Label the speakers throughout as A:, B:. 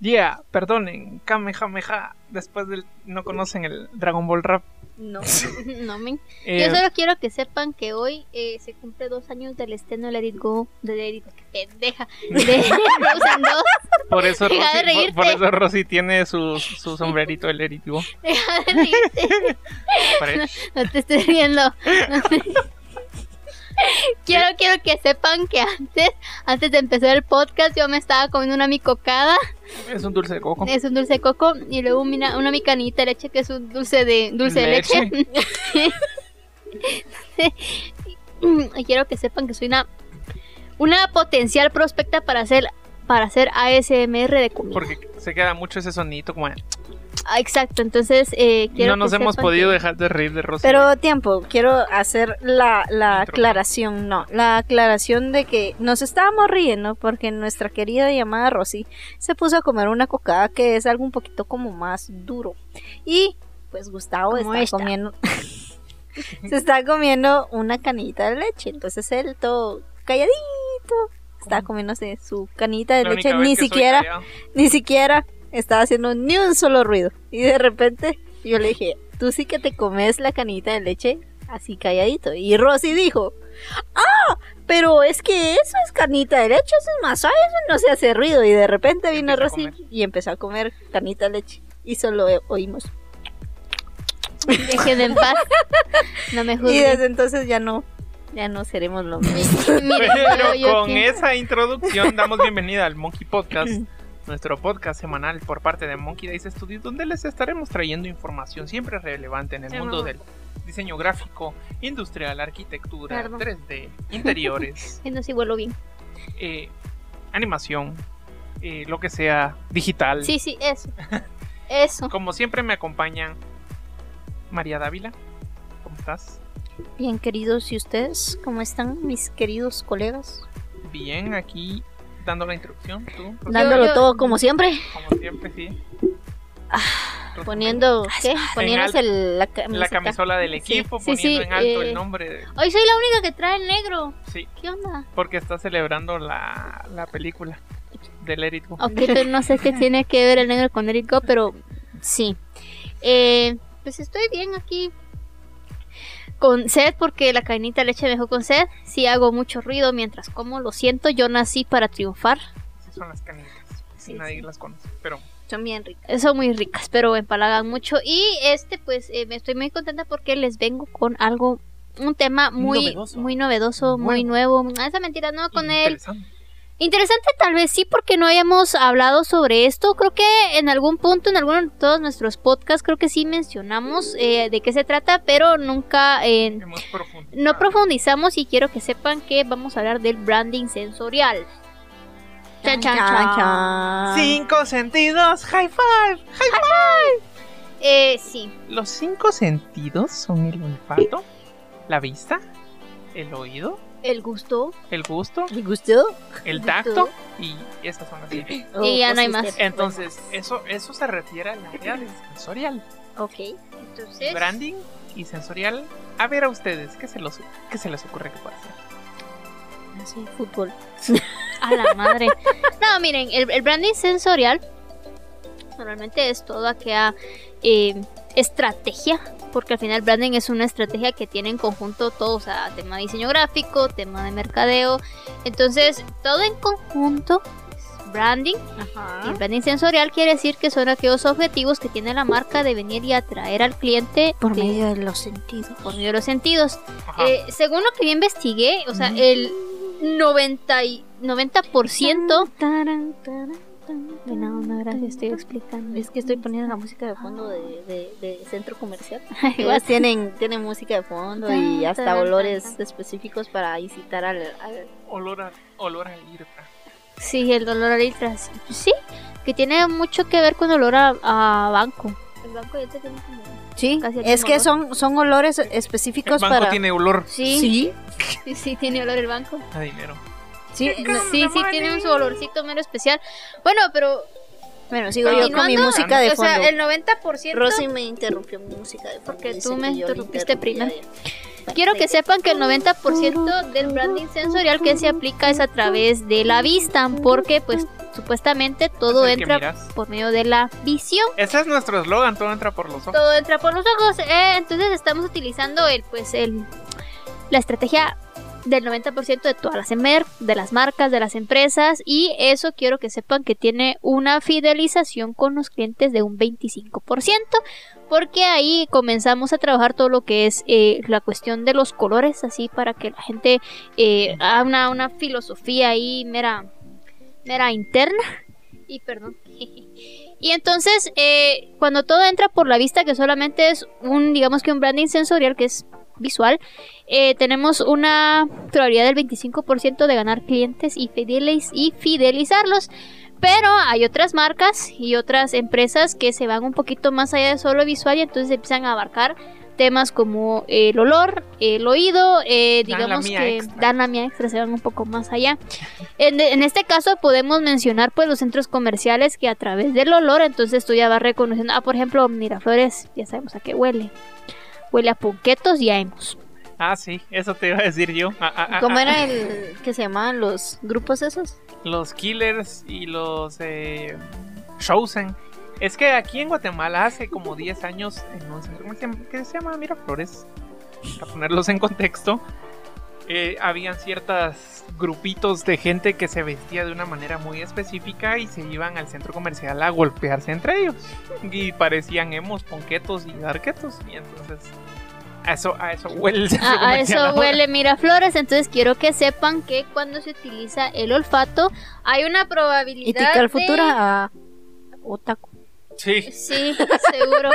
A: Yeah, perdonen, Kamehameha. Después del. No conocen el Dragon Ball Rap.
B: No, no, men.
A: Eh,
B: Yo solo quiero que sepan que hoy eh, se cumple dos años del estreno de Let It Go. De Let It Go, que pendeja. De Frozen 2.
A: por, eso
B: deja de
A: Rosy, por- por
B: reírte.
A: eso Rosy tiene su, su sombrerito el eritivo.
B: Deja de reírte. No te estoy riendo. No te- Quiero, quiero que sepan que antes, antes de empezar el podcast, yo me estaba comiendo una micocada,
A: Es un dulce de coco.
B: es un dulce de coco, y luego una, una micanita de leche que es un dulce de dulce de leche. Y quiero que sepan que soy una una potencial prospecta para hacer para hacer ASMR de comida.
A: Porque se queda mucho ese sonito como... de-
B: Ah, exacto, entonces eh, quiero
A: No nos
B: que
A: hemos
B: sepan
A: podido
B: que-
A: dejar de reír de Rosy.
C: Pero tiempo, quiero hacer la, la
A: Intro.
C: aclaración, no, la aclaración de que nos estábamos riendo porque nuestra querida llamada Rosy se puso a comer una cocada que es algo un poquito como más duro. Y pues Gustavo
B: Como
C: está
B: esta.
C: comiendo se está comiendo una canita de leche, entonces él todo calladito está comiéndose su canita de
A: La
C: leche,
A: única vez
C: ni
A: que soy
C: siquiera
A: callado.
C: ni siquiera estaba haciendo ni un solo ruido. Y de repente yo le dije, tú sí que te comes la canita de leche así calladito. Y Rosy dijo, ah, pero es que eso es canita de leche, eso es más suave, eso no se hace ruido. Y de repente vino
A: Empezó a
C: Rosy y empezó a comer canita de leche. Y solo e- oímos.
B: Déjenme en paz. No me
C: Y
B: juzguen.
C: desde entonces ya no, ya no seremos lo mismo.
B: Miren,
A: Pero
B: yo- yo
A: con
B: siento-
A: esa introducción damos bienvenida al Monkey Podcast, nuestro podcast semanal por parte de Monkey Dice Studios, donde les estaremos trayendo información siempre relevante en el
B: Qué
A: mundo
B: horror.
A: del diseño gráfico, industrial, arquitectura,
B: Perdón.
A: 3D, interiores,
B: Ay, No sé, vuelo bien.
A: eh, animación, eh, lo que sea digital.
B: Sí, sí, eso. Eso.
A: Como siempre me acompañan María Dávila. ¿Cómo estás?
C: Bien queridos, ¿y ustedes cómo están mis queridos colegas?
A: Bien, aquí dando la introducción, tú, Rosy,
C: Dándolo
B: yo-
C: todo como siempre,
A: como siempre, sí. Rosy,
B: Ah, Poniendo, ¿qué?
C: poniéndose la camiseta.
A: la camisola del equipo,
B: sí,
A: poniendo
B: sí,
A: en alto
B: eh,
A: el nombre. de-
B: Hoy soy la única que trae el negro.
A: Sí,
B: ¿Qué onda?
A: porque está celebrando la, la película del Let It Go.
B: Ok, pero no sé qué tiene que ver el negro con Eric Go, pero sí. Eh, pues estoy bien aquí. Con sed, porque la cadenita de leche me dejó con sed. Sí hago mucho ruido mientras como, lo siento, yo nací para triunfar.
A: Esas son las canitas.
C: Sí,
A: nadie
C: sí.
A: las conoce. Pero
C: Son bien ricas.
B: Son muy ricas, pero empalagan mucho. Y este, pues, eh, me estoy muy contenta porque les vengo con algo, un tema muy
A: Novedoso.
B: muy novedoso, muy nuevo. Ah, Esa mentira, no, con él.
A: interesante.
B: Interesante tal vez sí porque no habíamos hablado sobre esto. Creo que en algún punto, en alguno de todos nuestros podcasts, creo que sí mencionamos eh, de qué se trata, pero nunca... eh,
A: Hemos profundizado.
B: no profundizamos y quiero que sepan que vamos a hablar del branding sensorial. Chan, chan, chan.
A: Cinco sentidos, high five.
B: Eh, sí.
A: Los cinco sentidos son el olfato, la vista, el oído,
B: El gusto.
A: el gusto,
C: ¿Le gustó?
A: el
B: Gusto.
A: tacto y estas son las siete.
B: Y ya no hay
C: Oh,
B: más.
C: sí,
A: Entonces, eso, eso se refiere al área del sensorial.
C: Ok.
B: Entonces...
A: branding y sensorial. A ver a ustedes, ¿qué se, los, qué se les ocurre que pueda hacer?
C: Así, fútbol.
B: A la madre. No, miren, el, el branding sensorial normalmente es toda aquella eh, estrategia, porque al final branding es una estrategia que tiene en conjunto todo, o sea, tema de diseño gráfico, tema de mercadeo, entonces todo en conjunto es branding.
C: Ah.
B: Y el branding sensorial quiere decir que son aquellos objetivos que tiene la marca de venir y atraer al cliente
C: Por
B: de-
C: medio de los sentidos.
B: por medio de los sentidos.
A: Ajá.
B: Eh, según lo que yo investigué, o sea, el 90, y- 90% Buena onda, gracias, estoy explicando.
C: Es que estoy poniendo la música de fondo de, de- de centro comercial.
B: Ah, Igual.
C: Ellos tienen, tienen música de fondo y hasta olores específicos para incitar al... al-
A: Olor a, olor a hierba.
B: Sí, el dolor al litras. Sí, que tiene mucho que ver con olor a, a banco. El banco ya te tiene como...
C: Sí,
B: Casi el
C: es
B: mismo
C: que
B: olor.
C: son, son olores
A: El
C: específicos
A: banco
C: para...
A: tiene olor
B: Sí, sí, sí, tiene olor el banco. Eh,
A: a dinero.
C: Sí, no-
B: Sí, sí, tiene su olorcito mero especial. Bueno, pero,
C: bueno, sigo yo con mi
B: Continuando,
C: música de
B: o sea,
C: fondo.
B: el 90%...
C: Rosy me interrumpió mi música de fondo.
B: Porque
C: dice
B: tú me
C: que yo le
B: interrumpiste
C: interrumpí a
B: primero.
C: ella.
B: Quiero que sepan que el 90% del branding sensorial que se aplica es a través de la vista, porque pues supuestamente todo
A: Es el que
B: entra
A: miras.
B: por medio de la visión.
A: Ese es nuestro eslogan, todo entra por los ojos.
B: Todo entra por los ojos, eh, entonces estamos utilizando el pues el la estrategia del 90% de todas las EMER, de las marcas, de las empresas y eso quiero que sepan que tiene una fidelización con los clientes de un 25% porque ahí comenzamos a trabajar todo lo que es eh, la cuestión de los colores así para que la gente eh, haga una, una filosofía ahí mera, mera interna y perdón y entonces eh, cuando todo entra por la vista que solamente es un digamos que un branding sensorial que es visual eh, tenemos una probabilidad del 25% de ganar clientes y, fideliz- y fidelizarlos. Pero hay otras marcas y otras empresas que se van un poquito más allá de solo visual y entonces empiezan a abarcar temas como eh, el olor, el oído, eh,
A: Dan la
B: digamos
A: mía
B: que
A: extra.
B: dan la mía extra, se van un poco más allá. En, en este caso podemos mencionar pues los centros comerciales que a través del olor entonces tú ya vas reconociendo, ah por ejemplo Miraflores, ya sabemos a qué huele, huele a punquetos y a emos.
A: Ah, sí, eso te iba a decir yo. Ah, ah, ah,
C: ¿Cómo
A: ah.
C: era el que se llamaban los grupos esos?
A: Los Killers y los eh, Showsen. Es que aquí en Guatemala hace como 10 años, eh, en un centro comercial que se llama Miraflores, para ponerlos en contexto, eh, habían ciertos grupitos de gente que se vestía de una manera muy específica y se iban al centro comercial a golpearse entre ellos. Y parecían emos, ponquetos y darquetos. Y entonces, a eso, a eso huele el centro
B: Ah, A, a
A: comercial
B: eso
A: ahora.
B: huele Miraflores, entonces quiero que sepan que cuando se utiliza el olfato hay una probabilidad
C: Y Tical
B: de-
C: Futura a Otaku.
A: Sí,
B: Sí, seguro.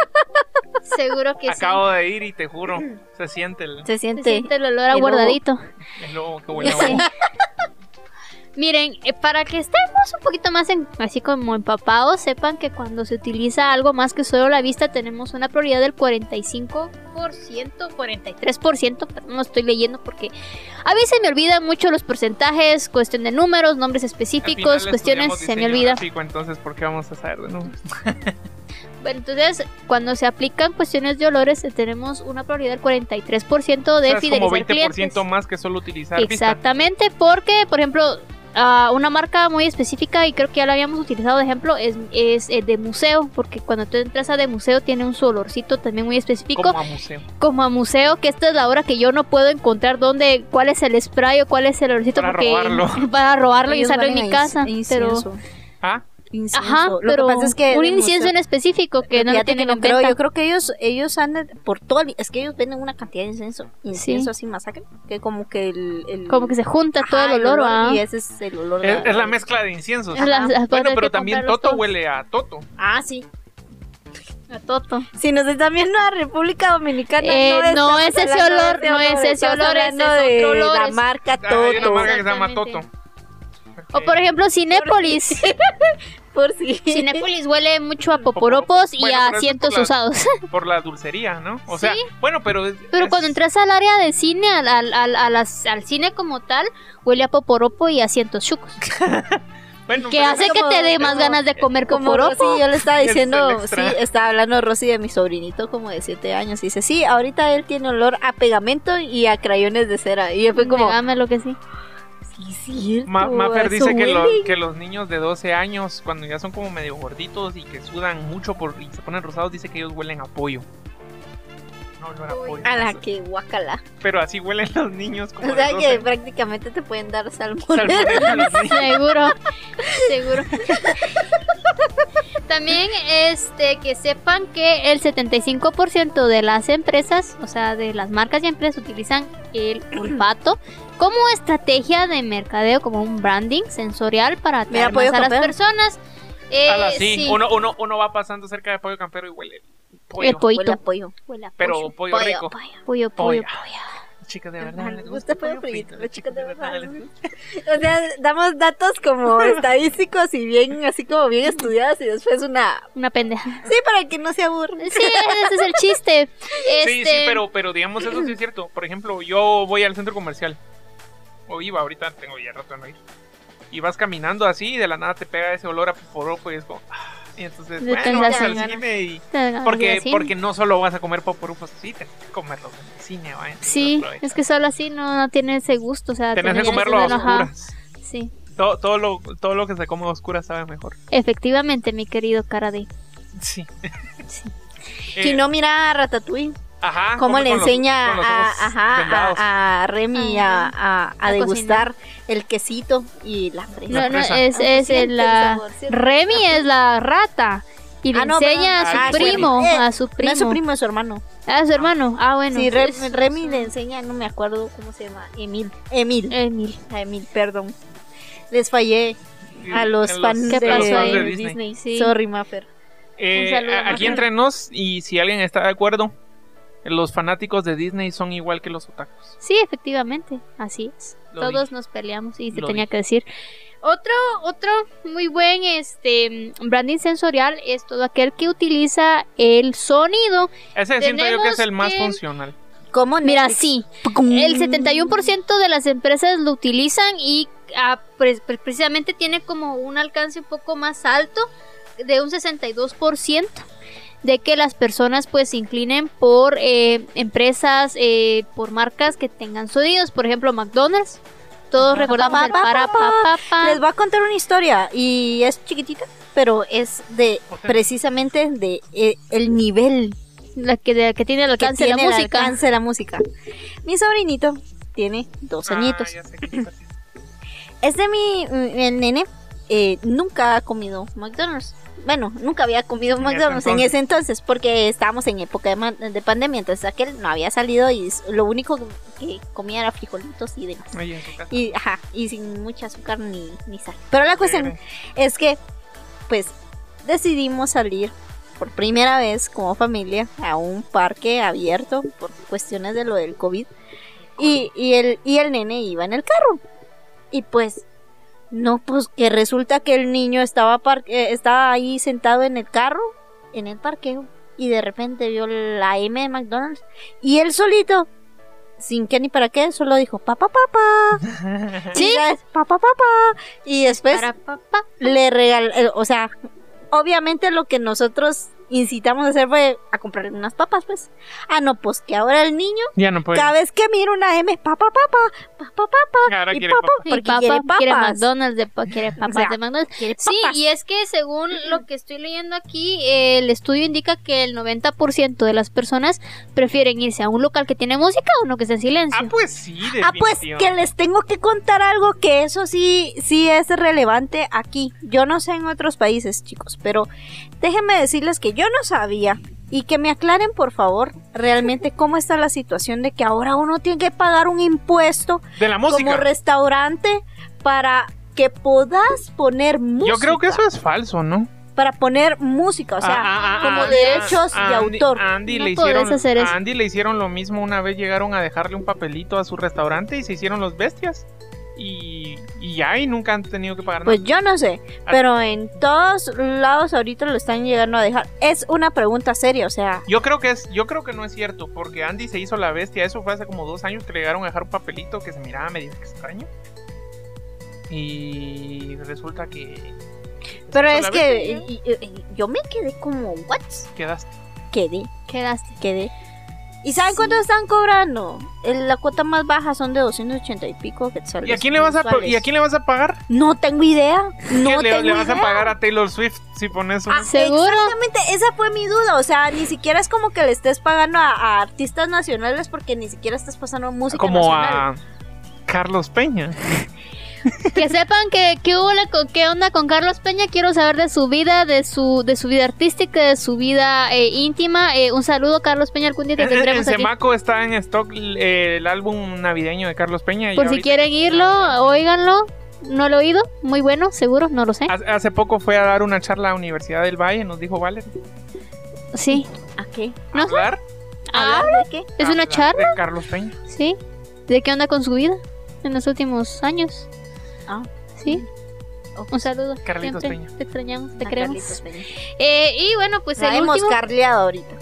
B: seguro que
A: acabo de ir y te juro, se siente el,
C: Se
B: sí. Se
C: siente.
B: siente el olor a
C: el
B: guardadito.
A: el lobo que huele a
B: Sí.
A: huevo.
B: Miren, eh, para que estemos un poquito más en- así como empapados, sepan que cuando se utiliza algo más que solo la vista tenemos una probabilidad del 45%, 43%, pero no estoy leyendo porque a veces me olvidan mucho los porcentajes, cuestión de números, nombres
A: Al final
B: específicos, cuestiones
A: estudiamos
B: se me
A: diseño
B: olvida.
A: gráfico, entonces, ¿por qué vamos a saber de números?
B: Bueno, entonces, cuando se aplican cuestiones de olores, eh, tenemos una probabilidad del 43% de
A: O sea, es como
B: fidelizar
A: 20%
B: clientes.
A: más que solo utilizar vista.
B: Exactamente, porque, por ejemplo, ah, una marca muy específica, y creo que ya la habíamos utilizado de ejemplo, es, es eh, de museo, porque cuando tú entras a de museo tiene un su olorcito también muy específico,
A: Como a museo.
B: como a museo, que esta es la hora que yo no puedo encontrar dónde, cuál es el spray o cuál es el olorcito
A: Para
B: porque,
A: robarlo.
B: para robarlo y
C: Ellos
B: usarlo en
C: huelen
B: mi
C: a
B: casa.
C: inc-
B: Pero,
C: incienso,
A: Ah,
C: incienso.
B: ajá,
C: Lo
B: pero
C: que pasa es que
B: un
C: de
B: incienso
C: museo-
B: en específico que no lo
C: Fíjate
B: tienen
C: no
B: en
C: creo,
B: venta.
C: yo creo que ellos ellos andan por todo el- es que ellos venden una cantidad de incienso incienso así masacre que como que el, el-
B: Como que se junta
C: Ajá,
B: todo el olor, ah. ¿va?
C: y ese es el olor
A: es,
C: de-
A: es la mezcla de inciensos.
B: Las- las voy a
A: Bueno,
B: tener
A: pero
B: que
A: también
B: comprarlos
A: Toto
B: todos.
A: huele a Toto.
C: ah sí
B: A Toto.
C: si nos están viendo a República Dominicana
B: Eh, no
C: estamos
B: es ese
C: hablando de
B: olor, no es ese
C: estamos
B: olor, ese es
C: hablando de
B: otro olor,
C: la
B: es-
C: marca
A: Ah, Hay una
C: Toto
A: marca que se llama Eh, Toto.
B: Exactamente. O por ejemplo, Cinépolis.
C: por si
B: Cinépolis huele mucho a poporopos y
A: Bueno,
B: a
A: pero eso
B: asientos
A: por la-
B: usados.
A: Eh, Por la dulcería, ¿no? O sea,
B: Sí.
A: bueno, pero... es-
B: Pero
A: es-
B: cuando entras al área de cine, al, al, al- a las- al cine como tal, huele a poporopo y a asientos chucos.
A: bueno,
B: Que
A: pero-
B: hace que
C: como-
B: te dé más
C: como-
B: ganas de comer
C: como
B: poporopo.
C: Rosy, yo le
A: Es
C: estaba
A: el
C: diciendo, sí,
A: extra.
C: estaba hablando Rosy de mi sobrinito como de 7 años. Y dice, sí, ahorita él tiene olor a pegamento y a crayones de cera. Y yo fue como,
B: Dígame lo que sí.
C: sí, cierto.
A: Ma- Maffer
C: eso
A: dice que, lo-
C: huele".
A: que los niños de 12 años, cuando ya son como medio gorditos y que sudan mucho por, y se ponen rosados, dice que ellos huelen a pollo. No, no era pollo.
C: A la que guacala.
A: Pero así huelen los niños como
C: O sea
A: de 12
C: que prácticamente te pueden dar salmón.
A: Salmonella, sí.
B: Seguro, seguro. También este que sepan que el 75% de las empresas, o sea, de las marcas y empresas utilizan el olfato como estrategia de mercadeo, como un branding sensorial para
C: Mira,
B: atraer
C: pollo
B: más a las
C: campero.
B: personas. Eh,
A: Ala, sí.
B: sí,
A: Uno, uno, uno va pasando cerca de pollo campero y huele el pollo.
B: El pollito.
C: Huele a pollo.
B: Huele a
A: pero
B: pollo.
A: pollo
C: pollo,
A: rico.
B: pollo, pollo,
A: Polla.
B: pollo.
A: Chicas, de
C: Ajá,
A: verdad.
C: les
A: ¿les
C: gusta
A: gusta el
C: pollo frito, las chicas de verdad les
A: gusta?
C: O sea, damos datos como estadísticos y bien, así como bien estudiados y después una...
B: Una pendeja.
C: Sí, para que no se aburre.
B: Sí, ese es el chiste.
A: Sí, sí,
B: Este,
A: pero, pero digamos eso sí es cierto. Por ejemplo, yo voy al centro comercial. O iba, ahorita tengo ya rato de no ir. Y vas caminando así y de la nada te pega ese olor a foropo y es como... ah, Y entonces,
B: Le
A: bueno,
B: tendrás
A: vamos al
B: ganas.
A: cine y...
B: Te dan ganas de ir
A: Porque,
B: al cine.
A: porque no solo vas a comer popurufos así, tenés que comerlos en el cine, ¿va? Entonces,
B: Sí,
A: aprovecha.
B: es que solo así no, no tiene ese gusto. O sea,
A: Tenés
B: tiene
A: que
B: que
A: comerlo a
B: ser relajado.
A: oscuras.
B: Sí,
A: Todo, todo, lo, todo lo que se come a oscuras sabe mejor.
B: efectivamente, mi querido cara de.
A: Sí.
B: Sí.
A: Eh,
C: Si no, mira a Ratatouille.
A: ajá,
C: cómo
A: come
C: le
A: Ah, con los-
C: enseña
A: con los
C: a,
A: ojos
C: ajá,
A: vendados.
C: a, a Remy
B: Ah,
C: a, a- a
B: a
C: degustar el quesito y la fresa.
B: No, no,
A: fresa.
B: es,
C: Ah,
B: es
C: siente el
B: la.
C: sabor, siente.
B: Remy es la rata. Y le
C: Ah, no,
B: enseña
A: perdón.
B: a
A: Ah,
B: su,
A: sí.
B: primo,
C: Eh,
B: a su primo,
C: No es su primo, es su hermano.
B: a su hermano. Ah, bueno.
C: sí, Re-
B: es-
C: Remy le enseña, no me acuerdo cómo se llama, Emil. Emil,
B: Emil.
C: a Emil, perdón. Les fallé. a los
A: En
C: fans
B: ¿Qué
A: en
C: de-
A: los
B: pasó
A: fans
B: ahí
A: de
B: en
A: Disney.
B: Disney? Sí.
C: Sorry, Maffer.
A: Eh,
B: Un saludo,
A: a- aquí
B: Mafer.
A: entre nos, y si alguien está de acuerdo, los fanáticos de Disney son igual que los otakus.
B: Sí, efectivamente, así es.
A: Lo
B: Todos
A: dije.
B: nos peleamos y se
A: Lo
B: tenía que decir. Otro, otro muy buen este mm, branding sensorial es todo aquel que utiliza el sonido.
A: Ese siento yo que es el más
B: Tenemos que-
A: funcional.
C: ¿Cómo
B: Mira,
C: Netflix?
B: sí,
C: Pum.
B: el 71% de las empresas lo utilizan y ah, pre- pre- precisamente tiene como un alcance un poco más alto de un 62% de que las personas pues se inclinen por eh, empresas, eh, por marcas que tengan sonidos, por ejemplo McDonald's. Todos
C: Pa,
B: recordamos
C: pa,
B: el
C: pa,
B: para
C: pa,
B: pa, pa, pa.
C: Les voy a contar una historia y es chiquitita, pero es de
A: Potente.
C: precisamente de eh, el nivel
B: la que, de la que tiene el
C: que
B: alcance de
C: tiene
B: la
C: el
B: música.
C: alcance de la música. Mi sobrinito tiene dos añitos.
A: Ah, ya sé qué estás haciendo.
C: Este mi mm, el nene eh, nunca ha comido McDonald's. Bueno, nunca había comido
A: En ese
C: McDonald's en
A: entonces.
C: ese entonces porque estábamos en época de, ma- de pandemia, entonces aquel no había salido y s- lo único que comía era frijolitos y demás.
A: Ahí en su casa.
C: Y, ajá, y sin mucha azúcar ni, ni sal. Pero la cuestión es que pues decidimos salir por primera vez como familia a un parque abierto por cuestiones de lo del COVID y, y, el, y el nene iba en el carro y pues no pues que resulta que el niño estaba, par- eh, estaba ahí sentado en el carro en el parqueo y de repente vio la M de McDonald's y él solito sin que ni para qué solo dijo papá papá
B: Sí.
C: y ya, papá papá y después
B: Para pa, pa.
C: le regal, eh, o sea, obviamente lo que nosotros incitamos a hacer fue a comprarle unas papas, pues. Ah, no, pues que ahora el niño,
A: Ya no puede.
C: cada vez que mira una M, papá, papá, papá, papá,
A: Ahora
C: y
A: quiere
C: papá,
A: papá.
B: Y
C: porque
B: papa,
C: quiere papas.
B: quiere McDonald's, de, pa- quiere papas
C: sea,
B: de McDonald's.
C: quiere
B: Sí,
C: papas.
B: y es que según lo que estoy leyendo aquí, eh, el estudio indica que el 90% de las personas prefieren irse a un local que tiene música o uno que está en silencio.
A: Ah, pues sí,
C: Ah, pues
A: definitivo.
C: que les tengo que contar algo que eso sí, sí es relevante aquí. Yo no sé en otros países, chicos, pero déjenme decirles que yo no sabía y que me aclaren, por favor, realmente cómo está la situación de que ahora uno tiene que pagar un impuesto
A: De la
C: como
A: música.
C: restaurante para que puedas poner música.
A: Yo creo que eso es falso, ¿no?
C: Para poner música, o sea,
A: Ah, ah, ah,
C: como
A: Andy-
C: derechos de
A: Andy-
C: autor.
A: a Andy
B: No
A: le
B: podés
A: hicieron,
B: hacer eso.
A: a Andy le hicieron lo mismo una vez llegaron a dejarle un papelito a su restaurante y se hicieron los bestias. Y, y ya, y nunca han tenido que pagar nada.
C: pues yo no sé,
A: Ah.
C: pero en todos lados ahorita lo están llegando a dejar. Es una pregunta seria, o sea,
A: Yo creo que es, yo creo que no es cierto, porque Andy se hizo la bestia. Eso fue hace como dos años que le llegaron a dejar un papelito que se miraba medio extraño. Y resulta que.
C: pero
A: se hizo
C: es
A: la
C: que
A: bestia
C: y- y- y- yo me quedé como, ¿what?
A: y Quedaste.
C: Quedé,
B: Quedaste.
C: quedé. ¿Y saben cuánto están cobrando? El- La cuota más baja son de 280 y pico quetzales
A: ¿Y a quién le vas a,
C: mensuales.
A: ¿y a quién le vas a pagar?
C: No tengo idea. No
A: ¿Qué le,
C: tengo
A: le vas a
C: idea.
A: pagar a Taylor Swift si pones un.
C: Ah,
B: ¿Seguro?
C: Exactamente, esa fue mi duda. O sea, ni siquiera es como que le estés pagando a, a artistas nacionales porque ni siquiera estás pasando música
A: como
C: nacional.
A: a Carlos Peña.
B: Que sepan que qué hubo con qué onda con Carlos Peña. Quiero saber de su vida, de su de su vida artística, de su vida eh, íntima. Eh, un saludo Carlos Peña algún día te
A: En, en- en
B: tendremos aquí.
A: Semaco está en stock eh, el álbum navideño de Carlos Peña. y
B: Por si
A: ahorita-
B: quieren irlo, óiganlo. No lo he oído, muy bueno, seguro, no lo sé.
A: Hace hace poco fue a dar una charla a Universidad del Valle, nos dijo Valer.
B: Sí.
C: ¿A qué?
B: No sé.
A: hablar,
B: Ah,
C: ¿Hablar de qué?
B: es
A: hablar
B: una charla,
A: de Carlos Peña.
B: sí. ¿De qué onda con su vida en los últimos años?
C: Ah.
B: Sí. Un saludo.
A: Carlitos
B: siempre
A: Peña.
B: Te extrañamos, te
C: A Ah, Carlitos
B: queremos.
C: Peña.
B: Eh, y bueno, pues
C: La
B: el
C: hemos
B: último.
C: carleado ahorita.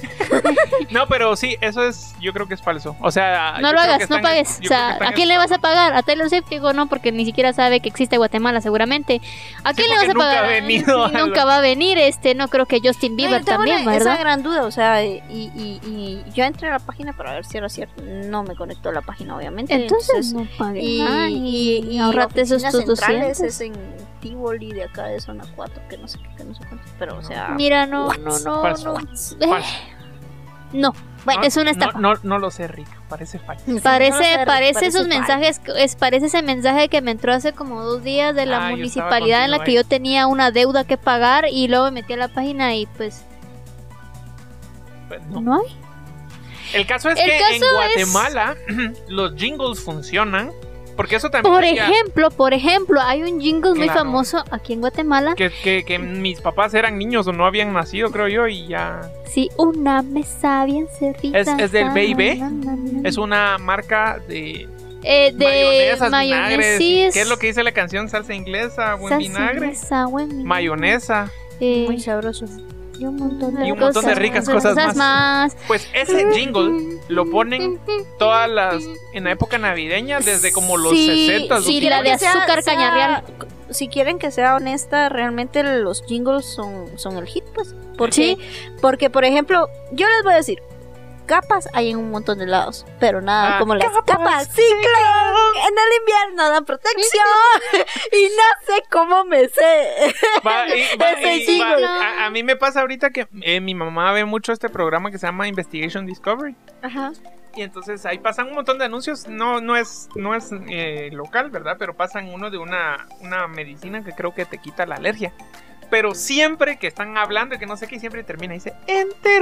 A: No, pero sí, eso es, yo creo que es falso. O sea,
B: No
A: Ah, yo
B: lo
A: creo que
B: hagas, no
A: están-
B: pagues.
A: yo
B: O
A: creo que
B: sea,
A: están
B: ¿a quién le vas a pagar? ¿A Taylor Swift? Digo, no, porque ni siquiera sabe que existe Guatemala, seguramente. ¿A
A: Sí,
B: quién
A: porque
B: le vas a
A: nunca ha
B: pagar?
A: venido
B: Sí,
A: a la-
B: nunca va a venir, este, no creo que Justin
C: No, yo
B: Bieber
C: tengo
B: también,
C: una-
B: ¿verdad?
C: Esa gran duda, o sea, y, y- y- y yo entré a la página para ver si era cierto. No me conectó a la página, obviamente.
B: Entonces, no pagues.
C: y,
B: nada
C: y, y
B: ahorrate esos
C: oficinas
B: tus
C: centrales
B: 200.
C: es en Tivoli de acá de zona 4, que no sé qué, que no sé cuánto. Pero, o sea,
B: Mira, no, no,
A: Falso,
B: no,
A: falso,
B: no.
A: Falso.
B: Eh, No, bueno,
A: No,
B: es una estafa.
A: No, no, no lo sé, Rick. Parece falso.
C: Sí,
B: Parece,
C: no lo sé,
B: parece, esos
C: falso.
B: mensajes, que- es, parece ese mensaje que me entró hace como dos días de la
A: Ah, yo estaba
B: municipalidad en la
A: contigo
B: que
A: ahí.
B: yo tenía una deuda que pagar y luego me metí a la página y pues
A: Pues no.
B: no hay.
A: El caso es
B: El
A: que
B: caso es-
A: en Guatemala los jingles funcionan. Porque eso también.
B: Por
A: sería-
B: ejemplo, por ejemplo, hay un jingle muy
A: Claro.
B: famoso aquí en Guatemala.
A: Que, que, que mis papás eran niños o no habían nacido, creo yo, y ya.
B: Sí, una mesa bien servida.
A: Es- es del
B: na,
A: B&B.
B: na, na, na, na.
A: Es una marca de,
B: Eh, de
A: mayonesas, vinagres. ¿Qué
B: mayonesis.
A: es lo que dice la canción? Salsa inglesa, buen
B: salsa
A: vinagre,
B: inglesa, buen vinagre,
A: mayonesa.
B: eh,
C: Muy sabroso.
B: y un montón de,
A: Y un montón de ricas cosas
B: más.
A: Pues ese jingle lo ponen todas las. En la época navideña, desde como los
B: Sí,
A: 60
B: sí, la
A: ochentas.
B: de azúcar cañarreal.
C: Si quieren que sea honesta, realmente los jingles son, son el hit, pues. Porque,
B: Sí.
C: porque, por ejemplo, yo les voy a decir, capas hay en un montón de lados, pero nada,
A: Ah,
C: como las
A: capas,
C: capas, ciclón, en el invierno dan protección, y no sé cómo me sé.
A: Va, y- va,
C: Ese
A: y- va.
C: jingle.
A: A, a mí me pasa ahorita que eh, mi mamá ve mucho este programa que se llama Investigation Discovery.
C: Ajá.
A: Y entonces ahí pasan un montón de anuncios. No, no es, no es eh, local, ¿verdad? Pero pasan uno de una, una medicina que creo que te quita la alergia. Pero siempre que están hablando y que no sé qué, siempre termina y dice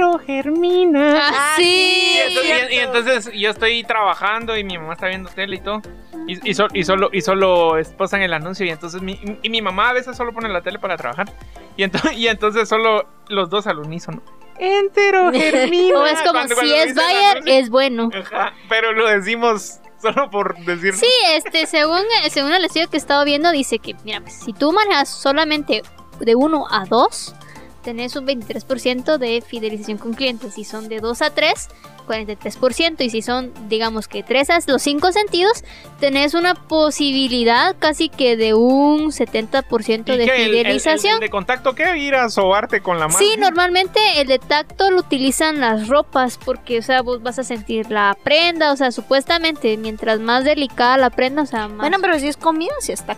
A: enterogermina.
B: Ah,
C: Ah,
B: sí.
A: Y
C: es
A: entonces,
C: cierto.
A: y- y entonces yo estoy trabajando y mi mamá está viendo tele y todo. Y, y, sol- y solo, y solo es- pasan el anuncio. Y entonces mi, y mi mamá a veces solo pone la tele para trabajar. Y, ento- y entonces solo los dos al unísono. Enterogermina.
B: O es como
A: Cuando- cuando
B: si es
A: dicen el
B: Bayer,
A: anuncio.
B: es bueno.
A: Ajá, pero lo decimos solo por decir.
B: Sí, este, según, según el estudio que he estado viendo, dice que, mira, pues, si tú manejas solamente de 1 a 2, tenés un 23% de fidelización con clientes. Si son de 2 a 3, 43%. Y si son, digamos que 3 a los 5 sentidos, tenés una posibilidad casi que de un 70%
A: ¿Y
B: de
A: qué? ¿El- el-
B: fidelización.
A: el de contacto qué? Ir a sobarte con la mano.
B: Sí, normalmente el de tacto lo utilizan las ropas porque, o sea, vos vas a sentir la prenda, o sea, supuestamente mientras más delicada la prenda, o sea, más...
C: Bueno, pero si es comida, si está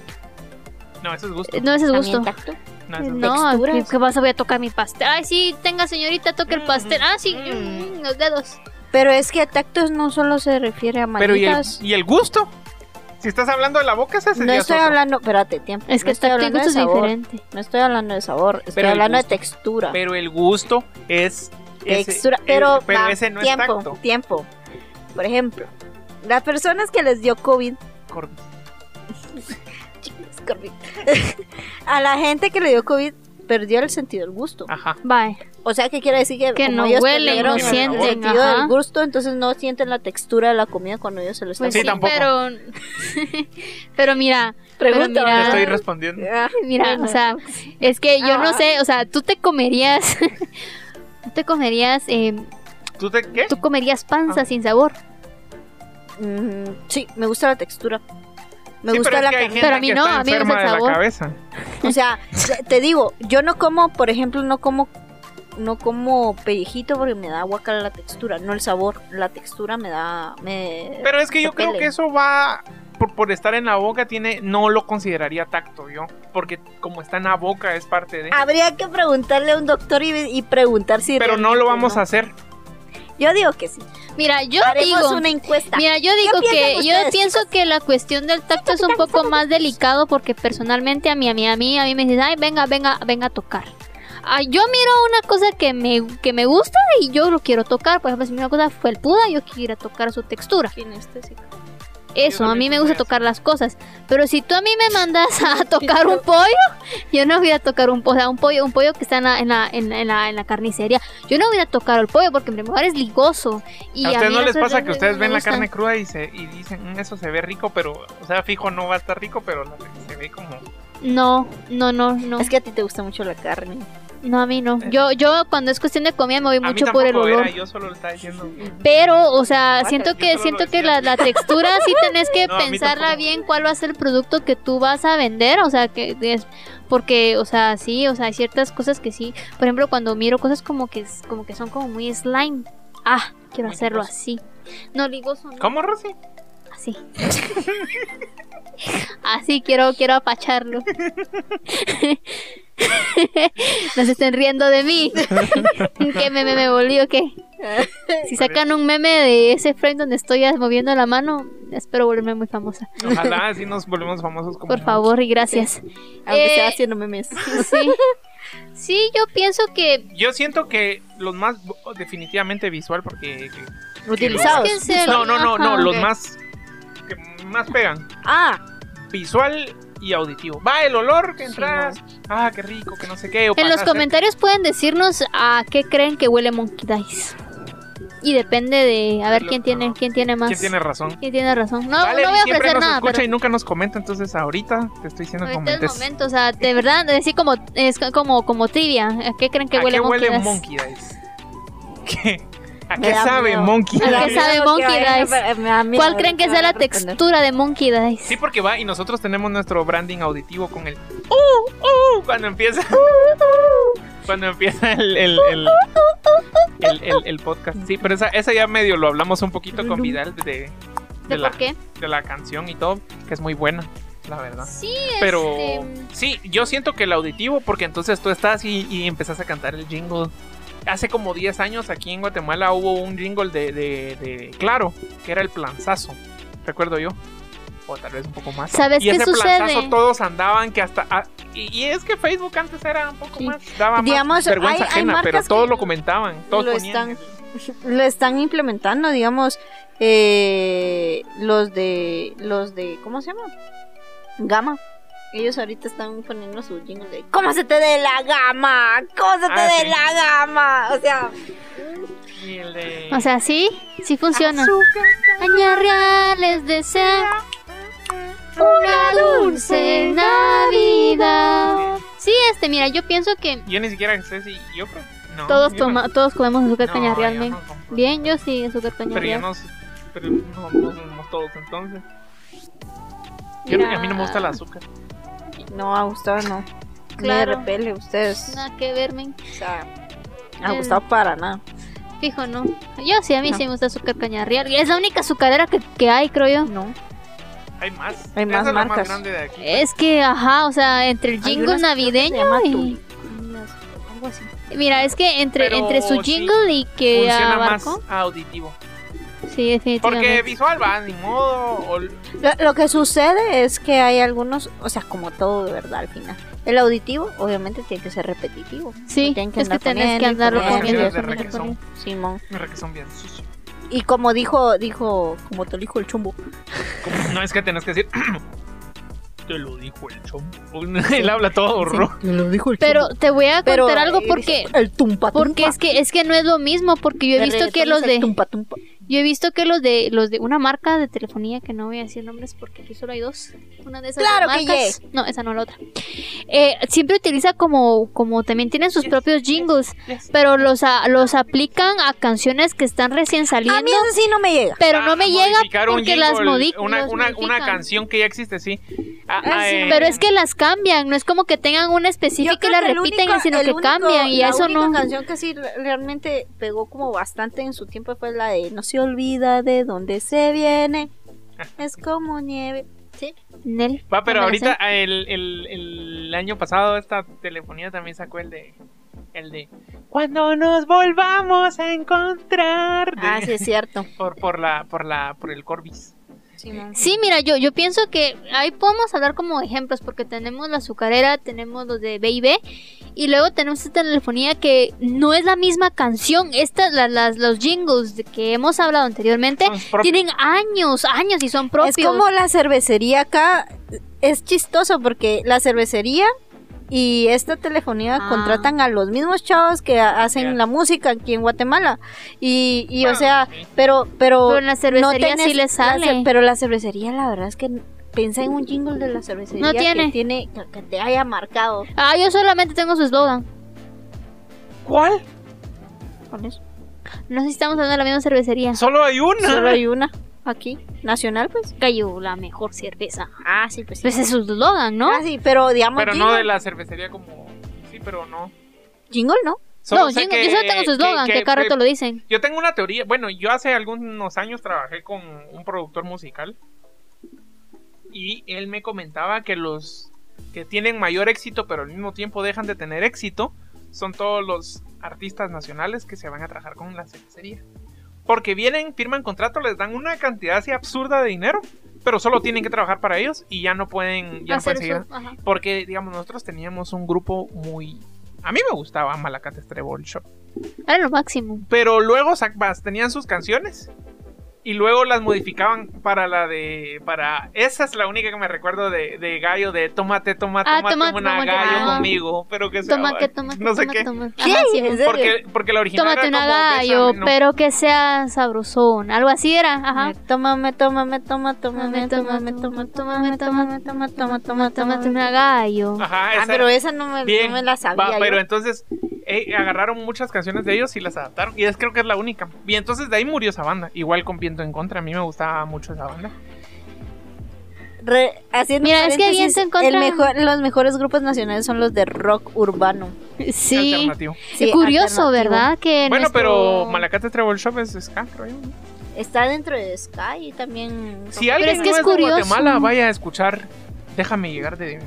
A: No, eso es gusto.
B: Eh, no es gusto.
C: tacto.
A: No, eso es gusto.
B: No,
C: texturas.
B: ¿qué, qué pasa? Voy a tocar mi pastel. Ay, sí, tenga señorita, toque el
A: Mm,
B: pastel. Ah, sí,
A: mm.
B: mm, los dedos.
C: Pero es que tactos no solo se refiere a
A: Pero ¿y el,
C: manitas.
A: ¿y el gusto? Si estás hablando de la boca, ese
C: No
A: sería
C: estoy
A: otro.
C: hablando, espérate, tiempo.
B: Es
C: No
B: que
C: estoy
B: el
C: hablando
B: gusto
C: de
B: es
C: sabor.
B: diferente.
C: No estoy hablando de sabor, estoy
A: Pero el
C: hablando de
A: gusto.
C: textura.
A: Pero el gusto es. ese-
C: textura,
A: el-
C: pero,
A: pero
C: va,
A: ese no
C: tiempo,
A: es tacto.
C: tiempo. Por ejemplo, las personas que les dio COVID,
A: Cor-
C: es correcto. a la gente que le dio COVID perdió el sentido del gusto.
A: Ajá.
B: Bye.
C: O sea, que quiere decir que,
B: Que
C: como
B: no
C: ellos
B: huelen,
C: perdieron
A: no
C: el
A: sienten,
C: sentido
B: ajá.
C: del gusto, entonces no sienten la textura de la comida cuando ellos se lo están
B: Pues
A: Sí,
B: sí,
A: tampoco.
B: pero... pero mira,
C: Pregunta,
B: pero mira-
A: Te
C: ¿verdad?
A: estoy respondiendo.
C: Ah,
B: mira, o sea, es que yo no
C: Ah.
B: sé, o sea, tú te comerías... tú te comerías... eh,
A: ¿Tú te qué?
B: tú comerías panza sin sabor.
C: mm, sí, me gusta la textura. Me
A: Sí,
C: gusta
A: pero es
C: la
A: que hay gente
C: comida.
B: Pero a mí
A: que
B: no,
A: está
B: a mí me gusta el
A: enferma de
B: sabor.
A: la cabeza.
C: O sea, te- te digo, yo no como, por ejemplo, no como no como pellejito porque me da guacala la textura, no el sabor, la textura me da me
A: Pero es que yo
C: Se
A: creo
C: pele.
A: que eso va por, por estar en la boca tiene no lo consideraría tacto yo, porque como está en la boca es parte de.
B: Ah,
C: Habría que preguntarle a un doctor y, y preguntar si
A: Pero no lo vamos a hacer.
C: a Yo digo que sí.
B: Mira, yo
C: Haremos
B: digo...
C: una encuesta.
B: Mira, yo digo que
C: piensan
B: yo
C: ustedes,
B: pienso que la cuestión del tacto es un poco más delicado porque personalmente a mí a mí a mí a mí me dicen, "Ay, venga, venga, venga a tocar." Ay, yo miro una cosa que me, que me gusta y yo lo quiero tocar. Por ejemplo, si miro una cosa felpuda, yo quiero tocar su textura. Eso, a mí me gusta tocar las cosas. Pero si tú a mí me mandas a tocar un pollo, yo no voy a tocar un pollo, o sea, un pollo, un pollo que está en la, en la, en la- en la- en la carnicería. Yo no voy a tocar el pollo porque en primer lugar es ligoso. Y
A: a
B: mí
A: ustedes no
B: las
A: les
B: cosas
A: pasa que ustedes
B: me
A: ven la
B: gustan.
A: carne cruda y, se, y dicen, "Mm, eso se ve rico, pero, o sea, fijo, no va a estar rico, pero la- se ve como
B: No, no, no, no.
C: Es que a ti te gusta mucho la carne.
B: No, a mí no. Yo, yo cuando es cuestión de comida me voy
A: A mí
B: mucho por el
A: tampoco era,
B: olor.
A: yo solo le estaba diciendo.
B: Pero, o sea,
A: Guácala,
B: siento
A: yo
B: que
A: solo
B: siento
A: lo
B: que
A: decía.
B: la, la textura sí tenés que
A: No, a mí
B: pensarla
A: tampoco.
B: bien cuál va a ser el producto que tú vas a vender, o sea, que es porque, o sea, sí, o sea, hay ciertas cosas que sí. Por ejemplo, cuando miro cosas como que es- como que son como muy slime. Ah, quiero
A: Muy
B: hacerlo
A: ligoso.
B: así. No ligoso, no.
A: ¿Cómo, Rosy?
B: Así. Así quiero, quiero apacharlo. no se estén riendo de mí. ¿Qué meme me volví o qué? Si sacan un meme de ese frame donde estoy moviendo la mano, espero volverme muy famosa.
A: Ojalá así nos volvemos famosos como.
B: Por favor y gracias.
C: Aunque
B: Eh,
C: sea haciendo memes.
B: Sí. Sí, yo pienso que
A: Yo siento que los más bu- definitivamente visual porque
C: Utilizados.
B: Búsquense-
A: no no no no
B: Ajá.
A: los
C: Ok.
A: más que más pegan
C: Ah,
A: visual y auditivo. Va el olor que entras. Ah, qué rico, que no sé qué. o
B: en los
A: pasas cerca.
B: comentarios pueden decirnos a qué creen que huele Monkey Dice. Y depende de a ver
A: lo-
B: quién tiene, quién tiene más.
A: ¿Quién tiene razón?
B: ¿Quién tiene razón? No,
A: Valerie
B: no voy a
A: siempre
B: ofrecer
A: nos
B: nada.
A: escucha
B: pero-
A: y nunca nos comenta, entonces ahorita te estoy diciendo que
B: Ahorita es
A: comentes.
B: momento, o sea, de verdad, es así como, es como, como trivia. ¿A qué creen que
A: ¿A
B: huele
A: qué
B: Monkey
A: huele
B: Dice?
A: Monkey Dice? ¿Qué? ¿A
C: Me
A: qué
C: da
A: sabe
C: miedo.
A: Monkey
B: ¿A qué
A: Dice?
B: sabe Monkey Dice?
C: Dice?
B: ¿Cuál creen que sea la textura de Monkey Dice?
A: Sí, porque va y nosotros tenemos nuestro branding auditivo con el uh, uh, cuando empieza cuando empieza el el, el, el- el- el podcast. Sí, pero esa, esa ya medio lo hablamos un poquito con Vidal de, de
B: ¿De
A: la,
B: por qué?
A: de la canción y todo, que es muy buena, la verdad.
B: Sí,
A: Pero
B: este,
A: sí, yo siento que el auditivo, porque entonces tú estás y, y empezás a cantar el jingle. Hace como 10 años aquí en Guatemala hubo un jingle de, de- de Claro, que era el planzazo, recuerdo yo. O tal vez un poco más.
C: Pues
B: ¿Sabes
A: y
B: qué
A: ese
B: sucede?
A: planzazo todos andaban que hasta... a- y, y es que Facebook antes era un poco
C: Sí.
A: más... Daba más
C: Digamos,
A: vergüenza
C: hay- hay
A: ajena, pero
C: marcas
A: todos
C: que
A: lo comentaban. Todos
C: lo
A: ponían
C: están- Lo están implementando, digamos, eh, los de, los de, ¿cómo se llama? Gama. Ellos ahorita están poniendo sus jingles de ¿Cómo se te dé la gama? ¿Cómo se te
A: Ah,
C: dé
A: sí.
C: la gama? O sea,
A: el- y el de-
B: O sea, sí, sí funciona. Añarreal les desea una dulce Navidad. Sí, este, mira, yo pienso que
A: Yo ni siquiera sé si... Yo creo... No,
B: todos,
A: yo no-
B: toma, todos comemos azúcar
A: no,
B: cañarreal,
A: yo
B: men.
A: no compro.
B: Bien, yo sí, azúcar
A: Pero ya
B: cañarreal.
A: no, pero no, no somos todos entonces. Yo no- a mí no me gusta el azúcar.
C: no, a Gustavo no.
B: Claro.
C: Me repele ustedes.
B: Nada que ver, men.
C: O sea, a
B: Eh.
C: Gustavo para nada.
B: Fijo, no. Yo sí, a mí
C: No.
B: sí me gusta azúcar caña real. Y es la única azucarera que, que hay, creo yo.
C: No.
A: Hay más.
C: Hay
A: Esa
C: más
A: es la
C: marcas.
A: más grande de aquí.
B: Es que, ajá, o sea, entre el
C: Hay
B: jingle
C: unas que se
B: navideño
C: llama
B: y...
C: tulipanes, algo así.
B: Mira, es que entre,
A: Pero
B: entre su
A: sí,
B: jingle y que
A: Funciona más
B: abarcó...
A: auditivo.
B: Sí, definitivamente.
A: Porque visual va, ni modo. o-
C: Lo, lo que sucede es que hay algunos, o sea, como todo de verdad al final. El auditivo, obviamente, tiene que ser repetitivo.
B: Sí,
C: Lo tienen que
B: es que
C: andar
B: tenés que
C: poniendo y
B: andarlo
A: poniendo.
B: poniendo.
A: Canciones de
B: poniendo,
A: reggaetón.
B: poniendo.
C: Simón.
A: me requesón bien sucio.
C: Y como dijo, dijo, como te lo dijo el chumbo.
A: Como- No es que tenés que decir. Te lo dijo el chombo. Él habla todo horror.
C: lo dijo el
B: Pero te voy a
C: Pero,
B: contar algo
C: eh,
B: porque...
C: El tumpa tumpa.
B: Porque es que, es que no es lo mismo, porque yo he
C: De
B: visto que
C: reggaetón
B: los
C: es el
B: de...
C: Tumpa tumpa.
B: Yo he visto que los de los de una marca de telefonía que no voy a decir nombres porque aquí solo hay dos. Una de esas
C: Claro
B: dos
C: que
B: marcas. no, esa no la otra. Eh, siempre utiliza como como también tienen sus
A: Yes,
B: propios
A: yes,
B: jingles,
A: yes.
B: pero los a- los aplican a canciones que están recién
C: A mí
B: saliendo,
C: eso sí no me llega.
B: pero
A: Ah,
B: no me llega
A: modificar un
B: porque las
A: jingle,
B: modi-
A: una,
B: los
A: una, una
B: modifican.
A: canción que ya existe, sí. Ah,
C: Ah,
A: ah,
C: sí,
A: eh,
B: Pero es que las cambian, no es como que tengan una específica
C: Yo
B: y
C: creo
B: la
C: que el
B: repiten,
C: único-
B: sino
C: el
B: que
C: único-
B: cambian y
C: la
B: eso no.
C: única canción que sí re- realmente pegó como bastante en su tiempo fue la de No se olvida de dónde se viene. Es como nieve.
B: Nel,
A: Va, pero
B: no me la
A: ahorita el, el, el año pasado esta telefonía también sacó el de el de cuando nos volvamos a encontrar de-
C: Ah, sí, es cierto.
A: por, por la por la por el Corbis.
C: Simón.
B: Sí, mira, yo, yo pienso que ahí podemos hablar como ejemplos, porque tenemos la azucarera, tenemos los de B&B, y luego tenemos esta telefonía que no es la misma canción. Estas, la- las, los jingles de que hemos hablado anteriormente,
A: Son propios.
B: tienen años, años y son propios.
C: Es como la cervecería acá. Es chistoso porque la cervecería y esta telefonía
B: Ah.
C: contratan a los mismos chavos que ha- hacen
A: Ya.
C: la música aquí en Guatemala. Y, y, o
A: Bueno,
C: sea,
A: sí.
C: pero, pero,
B: Pero en la cervecería
C: tenés-
B: sí les
C: la cer-
B: sale.
C: pero la cervecería, la verdad es que Pensá en un jingle de la cervecería
B: No tiene.
C: que tiene que- que te haya marcado.
B: Ah, yo solamente tengo su eslogan.
A: ¿Cuál?
C: Con eso.
B: No sé si estamos hablando de la misma cervecería.
A: Solo hay una.
C: Solo hay una aquí, nacional pues.
B: Cayó la mejor cerveza.
C: Ah, sí, pues sí.
B: Pues es su eslogan, ¿no?
C: Ah, sí, pero digamos
A: Pero no
C: jingle.
A: de la cervecería como. Sí, pero no.
C: Jingle, ¿no?
A: Solo
B: no,
A: sé
B: yo,
A: que-
B: yo solo tengo su eslogan, que, cada rato lo dicen.
A: Yo tengo una teoría. Bueno, yo hace algunos años trabajé con un productor musical. Y él me comentaba que los que tienen mayor éxito, pero al mismo tiempo dejan de tener éxito, son todos los artistas nacionales que se van a trabajar con la cervecería. Porque vienen, firman contrato, les dan una cantidad así absurda de dinero, pero solo tienen que trabajar para ellos y ya no pueden, ya no
B: Hacer
A: pueden seguir.
B: su- ajá.
A: Porque, digamos, nosotros teníamos un grupo muy. A mí me gustaba Malacate Strebol Shop.
B: Era lo máximo.
A: Pero luego sac- bas- tenían sus canciones. Y luego las modificaban para la de. para Esa es la única que me recuerdo de, de Gallo, de Tómate, toma,
B: Ah,
A: toma,
B: toma,
A: toma una
B: toma,
A: gallo
B: toma.
A: conmigo. Pero que sea.
B: Toma que toma que
A: No sé
B: toma,
A: qué.
B: toma.
C: ¿Qué?
B: Ajá, sí,
C: ¿En serio?
A: Porque, porque la original.
B: Tómate
A: era
B: una
A: como,
B: gallo,
A: "Bésame", ¿no?
B: pero que sea sabrosón. Algo así era, ajá.
C: Tómame, tómame, toma,
B: Tómame,
C: tómame,
B: tómame,
C: tómame,
B: toma, tómame,
C: toma, tómame,
B: toma,
C: toma, toma, toma, toma,
B: Tómate
C: toma.
B: una gallo.
A: Ajá,
C: Ah,
A: esa
C: pero esa no me,
A: Bien.
C: no me la sabía.
A: Va,
C: yo.
A: pero entonces eh, agarraron muchas canciones de ellos y las adaptaron. Y es creo que es la única. Y entonces de ahí murió esa banda. Igual con Viento en Contra. A mí me gustaba mucho esa banda.
C: Re- haciendo
B: Mira, es que
C: paréntesis,
B: bien se encuentra-
C: el mejor- los mejores grupos nacionales son los de rock urbano.
B: Sí.
A: Alternativo.
C: Sí,
B: Curioso,
C: alternativo.
B: ¿verdad? Que
A: Bueno,
B: nuestro-
A: pero Malacate Travel Shop es ska, creo yo. ¿no?
C: Está dentro de Sky y también
A: Si alguien
B: es que
A: no
B: es
A: es de
B: curioso.
A: Guatemala, vaya a escuchar Déjame llegar de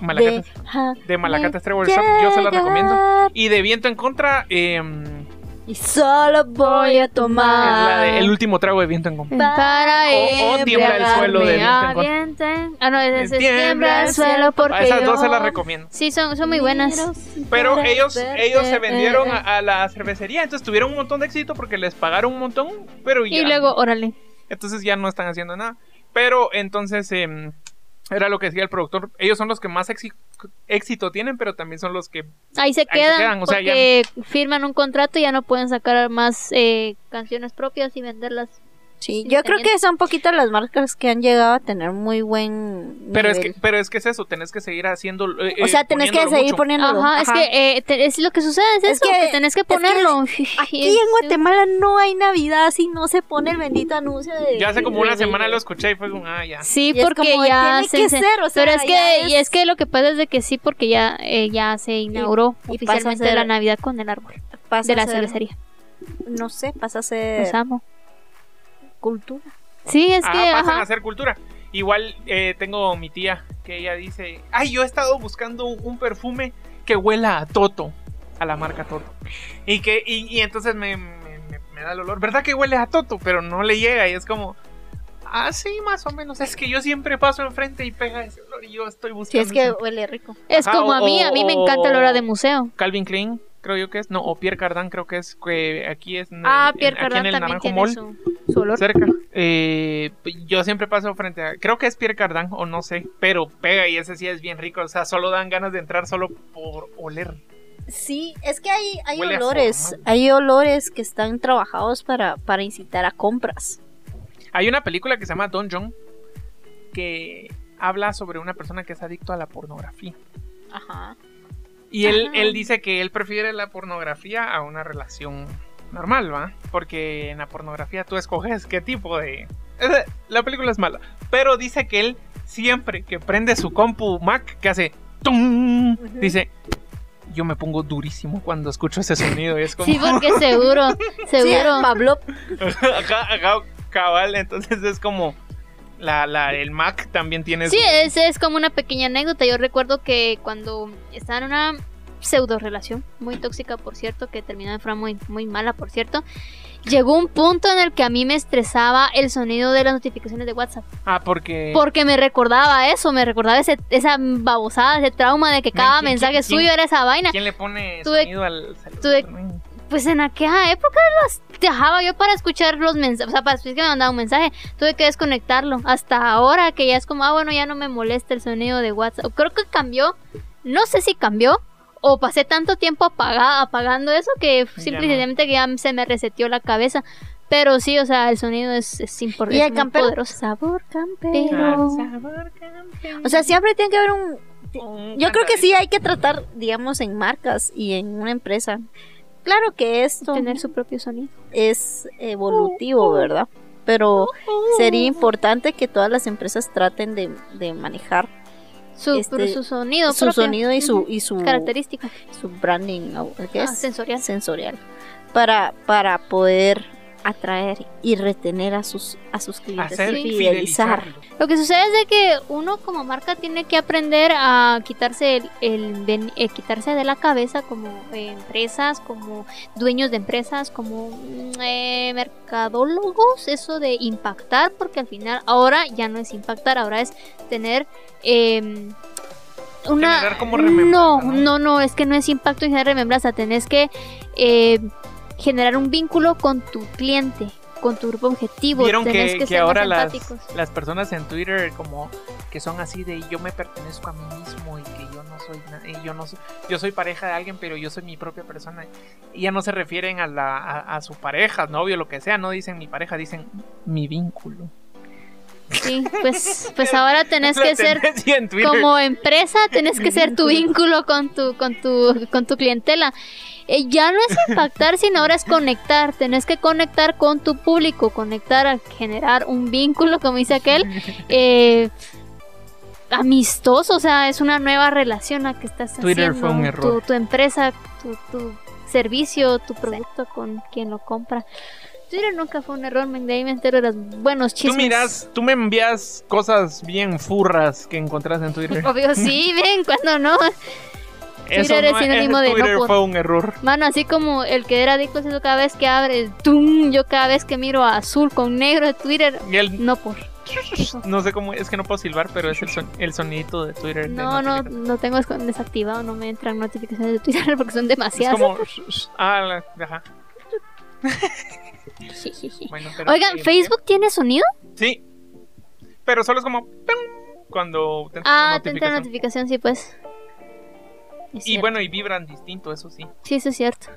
A: Malacate,
C: de, ja,
A: de Malacate Travel Shop. Yo se la recomiendo. Y de Viento en Contra, em,
C: Y solo voy
B: Ah.
C: a
A: la
C: tomar.
A: de El último trago de Viento en Contra.
B: Para
A: O- o tiembla el suelo de
B: embriagarme.
A: Lincoln.
B: Ah, bien, ten- ah, no, es, es
A: Tiembla
B: tiembla el
A: el
B: suelo porque
A: A esas dos
B: yo-
A: se las recomiendo.
B: Sí, son, son muy buenas.
A: Pero ellos, ellos se vendieron
C: a...
A: a, a la cervecería, entonces tuvieron un montón de éxito porque les pagaron un montón, pero ya.
B: Y luego, órale.
A: Entonces ya no están haciendo nada. Pero entonces em, era lo que decía el productor. Ellos son los que más éxi- éxito tienen, pero también son los que
B: Ahí se
A: Ahí se
B: quedan,
A: quedan, o sea, ya-
B: porque firman un contrato y ya no pueden sacar más eh, canciones propias y venderlas.
C: Sí, yo creo que son poquitas las marcas que han llegado a tener muy buen
A: Pero es, que,
C: nivel.
A: pero es que es eso, tenés que seguir haciendo. eh,
C: o
A: eh,
C: sea, tenés que
A: poniéndolo
C: seguir
A: mucho.
C: poniéndolo.
B: Ajá, es que eh, te- es lo que sucede es,
C: Es
B: eso, que,
C: que-
B: tenés que
C: que
B: ponerlo.
C: Aquí en Guatemala no hay Navidad si no se pone el bendito anuncio de...
A: Ya hace como una
C: de-
A: semana lo escuché y fue como, ah, ya.
B: Sí,
C: Y es
B: porque
C: como,
B: ya
C: tiene
B: se
C: que
B: se-
C: ser, o sea,
B: pero es que
C: ya
B: y es
C: es-
B: que lo que pasa es de que sí porque ya eh, ya se inauguró
C: y pasa a
B: oficialmente
C: ser-
B: la Navidad con el árbol
C: Pasa
B: de la
C: a ser-
B: cervecería.
C: No sé, pasa a
B: Los
C: ser
B: amo.
C: cultura.
B: Sí, es
A: Ajá,
B: que
A: pasan Ah, a
B: ajá.
A: hacer cultura. Igual eh, tengo mi tía que ella dice, ay, yo he estado buscando un un perfume que huela a Toto, a la marca Toto. Y que y, y entonces me, me- me- me da el olor, ¿verdad que huele a Toto? Pero no le llega y es como, ah, sí, más o menos. Es que yo siempre paso enfrente y pega ese olor y yo estoy
C: Si
A: buscando.
C: es que
A: siempre.
C: huele rico.
B: es
A: ajá,
B: como a mí,
A: o-
B: a mí me
A: o-
B: encanta la hora de museo.
A: Calvin Klein, creo yo que es, no, o Pierre Cardin, creo que es, que aquí es. en el-
B: Ah,
A: en-
B: Pierre
A: aquí
B: Cardin
A: en el
B: también
A: Naranjo
B: tiene
A: Mall.
B: su, su olor.
A: cerca. Eh, yo siempre paso frente a. Creo que es Pierre Cardin o no sé, pero pega y ese sí es bien rico. O sea, solo dan ganas de entrar solo por oler.
C: Sí, es que hay, hay
A: Huele a
C: olores,
A: formal.
C: hay olores que están trabajados para, para incitar a compras.
A: Hay una película que se llama Don John que habla sobre una persona que es adicto a la pornografía.
C: Ajá.
A: Y él,
B: Ajá.
A: él dice que él prefiere la pornografía a una relación normal, ¿va? Porque en la pornografía tú escoges qué tipo de... Esa- La película es mala. Pero dice que él siempre que prende su compu Mac, que hace... tum,
C: Ujú.
A: Dice... Yo me pongo durísimo cuando escucho ese sonido. Y es como...
B: Sí, porque seguro, seguro.
C: Pablo,
A: ajá, ajá, cabal. Entonces es como... La, la, el Mac también tiene...
B: Sí, eh,
A: su-
B: es, es como una pequeña anécdota. Yo recuerdo que cuando estaba en una pseudo relación, muy tóxica por cierto, que terminó de forma muy, muy mala por cierto, llegó un punto en el que a mí me estresaba el sonido de las notificaciones de WhatsApp.
A: Ah, porque...
B: Porque me recordaba eso, me recordaba ese- esa babosada, ese trauma de que
A: Men,
B: cada
A: ¿quién-
B: mensaje
A: quién-
B: suyo era esa vaina.
A: ¿Quién le pone
B: Tuve-
A: sonido al celular?
B: tuve-
A: men?
B: Pues en aquella época las dejaba yo para escuchar los mensajes, o sea, para escuchar que me mandaba un mensaje, tuve que desconectarlo. Hasta ahora que ya es como, ah, bueno, ya no me molesta el sonido de WhatsApp. Creo que cambió, no sé si cambió o pasé tanto tiempo apaga- apagando eso que
A: Ya
B: simple y
A: no.
B: sencillamente que ya se me reseteó la cabeza. Pero sí, o sea, el sonido es, es importante.
C: Y
B: es
C: el
B: muy
C: campero.
B: poderoso.
C: Sabor
B: Pero-
C: campero.
A: Sabor campeón.
C: O sea, siempre tiene que haber un.
A: Un
C: Yo creo que
A: cantadito.
C: sí hay que tratar, digamos, en marcas y en una empresa. Claro que esto
B: Tener su propio sonido.
C: es evolutivo, ¿verdad? Pero sería importante que todas las empresas traten de, de manejar
B: Su,
C: Este,
B: pero su sonido.
C: su
B: propio.
C: sonido y su
B: Ujú.
C: y su,
B: Característica.
C: su branding, ¿no? ¿qué
B: Ah,
C: es?
B: sensorial.
C: sensorial, para para poder atraer y retener a sus a sus clientes
A: Hacer
C: y
A: fidelizar.
C: fidelizar.
B: Lo que sucede es de que uno como marca tiene que aprender a quitarse el, el ben- eh, quitarse de la cabeza como eh, empresas, como dueños de empresas, como mm, eh, mercadólogos, eso de impactar, porque al final ahora ya no es impactar, ahora es tener eh, una
A: Generar como
B: no,
A: remembranza, ¿no?
B: no, no, es que no es impacto y generar remembranza, tenés que eh, generar un vínculo con tu cliente, con tu grupo objetivo,
A: Vieron que,
B: tenés que,
A: que
B: ser
A: ahora
B: más
A: las,
B: empáticos.
A: las personas en Twitter como que son así de yo me pertenezco a mí mismo y que yo no soy na- y yo no soy, yo soy pareja de alguien pero yo soy mi propia persona y ya no se refieren a la a, a su pareja novio lo que sea no dicen mi pareja dicen mi vínculo
B: Sí, pues, pues ahora tenés que ser
A: Y en Twitter,
B: como empresa, tenés que ser tu vínculo con tu, con tu, con tu clientela. Eh, ya no es impactar, sino ahora es conectar. Tenés que conectar con tu público, conectar a generar un vínculo, como dice aquel, eh, amistoso. O sea, es una nueva relación la que estás
A: Twitter
B: haciendo.
A: fue un
B: Tu-
A: error.
B: Tu, empresa, tu, tu servicio, tu producto con quien lo compra. Twitter nunca fue un error, men, de ahí me entero de los buenos
A: tú
B: chismes.
A: miras tú me envías cosas bien furras que encontrás en Twitter
B: Obvio, sí, ven, cuando no.
A: eso
B: Twitter
A: no,
B: es sinónimo
A: ese
B: de no
A: Twitter
B: por-
A: fue un error
B: Mano, así como el que era adicto a eso cada vez que abre, ¡tum! Yo cada vez que miro a azul con negro de Twitter,
A: y el-
B: no por.
A: no sé cómo es que no puedo silbar pero es el, son, el sonidito de Twitter de
B: No, no,
A: notificación.
B: lo tengo escon- desactivado, no me entran notificaciones de Twitter porque son
A: Es
B: demasiadas.
A: como. Ah, la- ajá. Bueno, pero-
B: Oigan,
A: eh,
B: ¿Facebook tiene sonido?
A: Sí. Pero solo es como. ¡ping! Cuando te entra una
B: Ah, te entra
A: notificación.
B: notificación, sí, pues. Es
A: Y
B: cierto.
A: bueno, y vibran distinto, eso sí.
B: Sí, eso es cierto.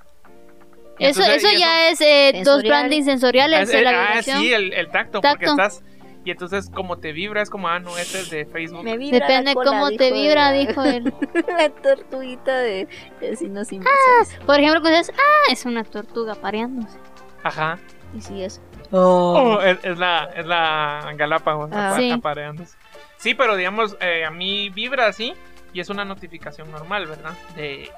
B: Eso,
A: Entonces,
B: eso
A: y eso-
B: ya es eh, dos
C: Sensorial.
B: brandings sensoriales.
A: Ah,
B: de la
A: ah,
B: vibración.
A: sí, el, el tacto, porque
B: Tacto.
A: estás. Y entonces, como te vibra, es como, ah, no, este es de Facebook.
C: Me vibra la
B: Depende
C: cola,
B: cómo te
C: dijo
B: vibra,
C: la-
B: dijo él.
C: La tortuguita de vecinos
B: Ah,
C: sin
B: Por ejemplo, cuando dices, ah, es una tortuga pareándose.
A: Ajá.
C: Y sí es.
A: Oh, es, es la, es la Galápagos
C: Ah.
A: apa-
B: Sí.
A: apareándose. Sí, pero digamos, eh, a mí vibra así. Y es una notificación normal, ¿verdad? De,